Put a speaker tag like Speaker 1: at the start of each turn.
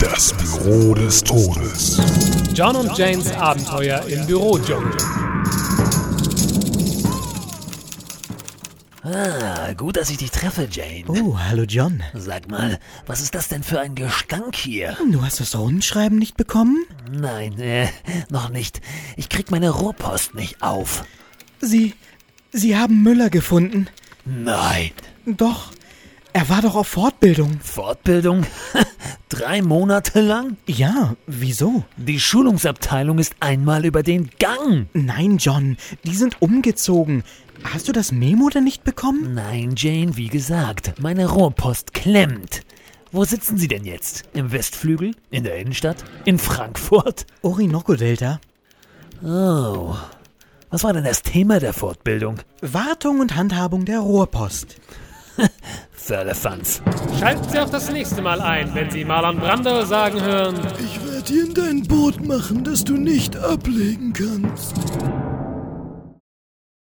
Speaker 1: Das Büro des Todes.
Speaker 2: John und Janes Abenteuer im Büro, John.
Speaker 3: Ah, gut, dass ich dich treffe, Jane.
Speaker 4: Oh, hallo John.
Speaker 3: Sag mal, was ist das denn für ein Gestank hier?
Speaker 4: Hm. Du hast das Rundenschreiben nicht bekommen?
Speaker 3: Nein, äh, noch nicht. Ich krieg meine Rohrpost nicht auf.
Speaker 4: Sie. Sie haben Müller gefunden.
Speaker 3: Nein.
Speaker 4: Doch. Er war doch auf Fortbildung.
Speaker 3: Fortbildung? Drei Monate lang?
Speaker 4: Ja, wieso?
Speaker 3: Die Schulungsabteilung ist einmal über den Gang.
Speaker 4: Nein, John, die sind umgezogen. Hast du das Memo denn nicht bekommen?
Speaker 3: Nein, Jane, wie gesagt, meine Rohrpost klemmt. Wo sitzen Sie denn jetzt? Im Westflügel? In der Innenstadt? In Frankfurt?
Speaker 4: Orinoco-Delta.
Speaker 3: Oh. Was war denn das Thema der Fortbildung?
Speaker 4: Wartung und Handhabung der Rohrpost.
Speaker 3: Firlefanz.
Speaker 2: Schalten Sie auch das nächste Mal ein, wenn Sie Marlon Brando sagen hören.
Speaker 5: Ich werde dir in dein Boot machen, dass du nicht ablegen kannst.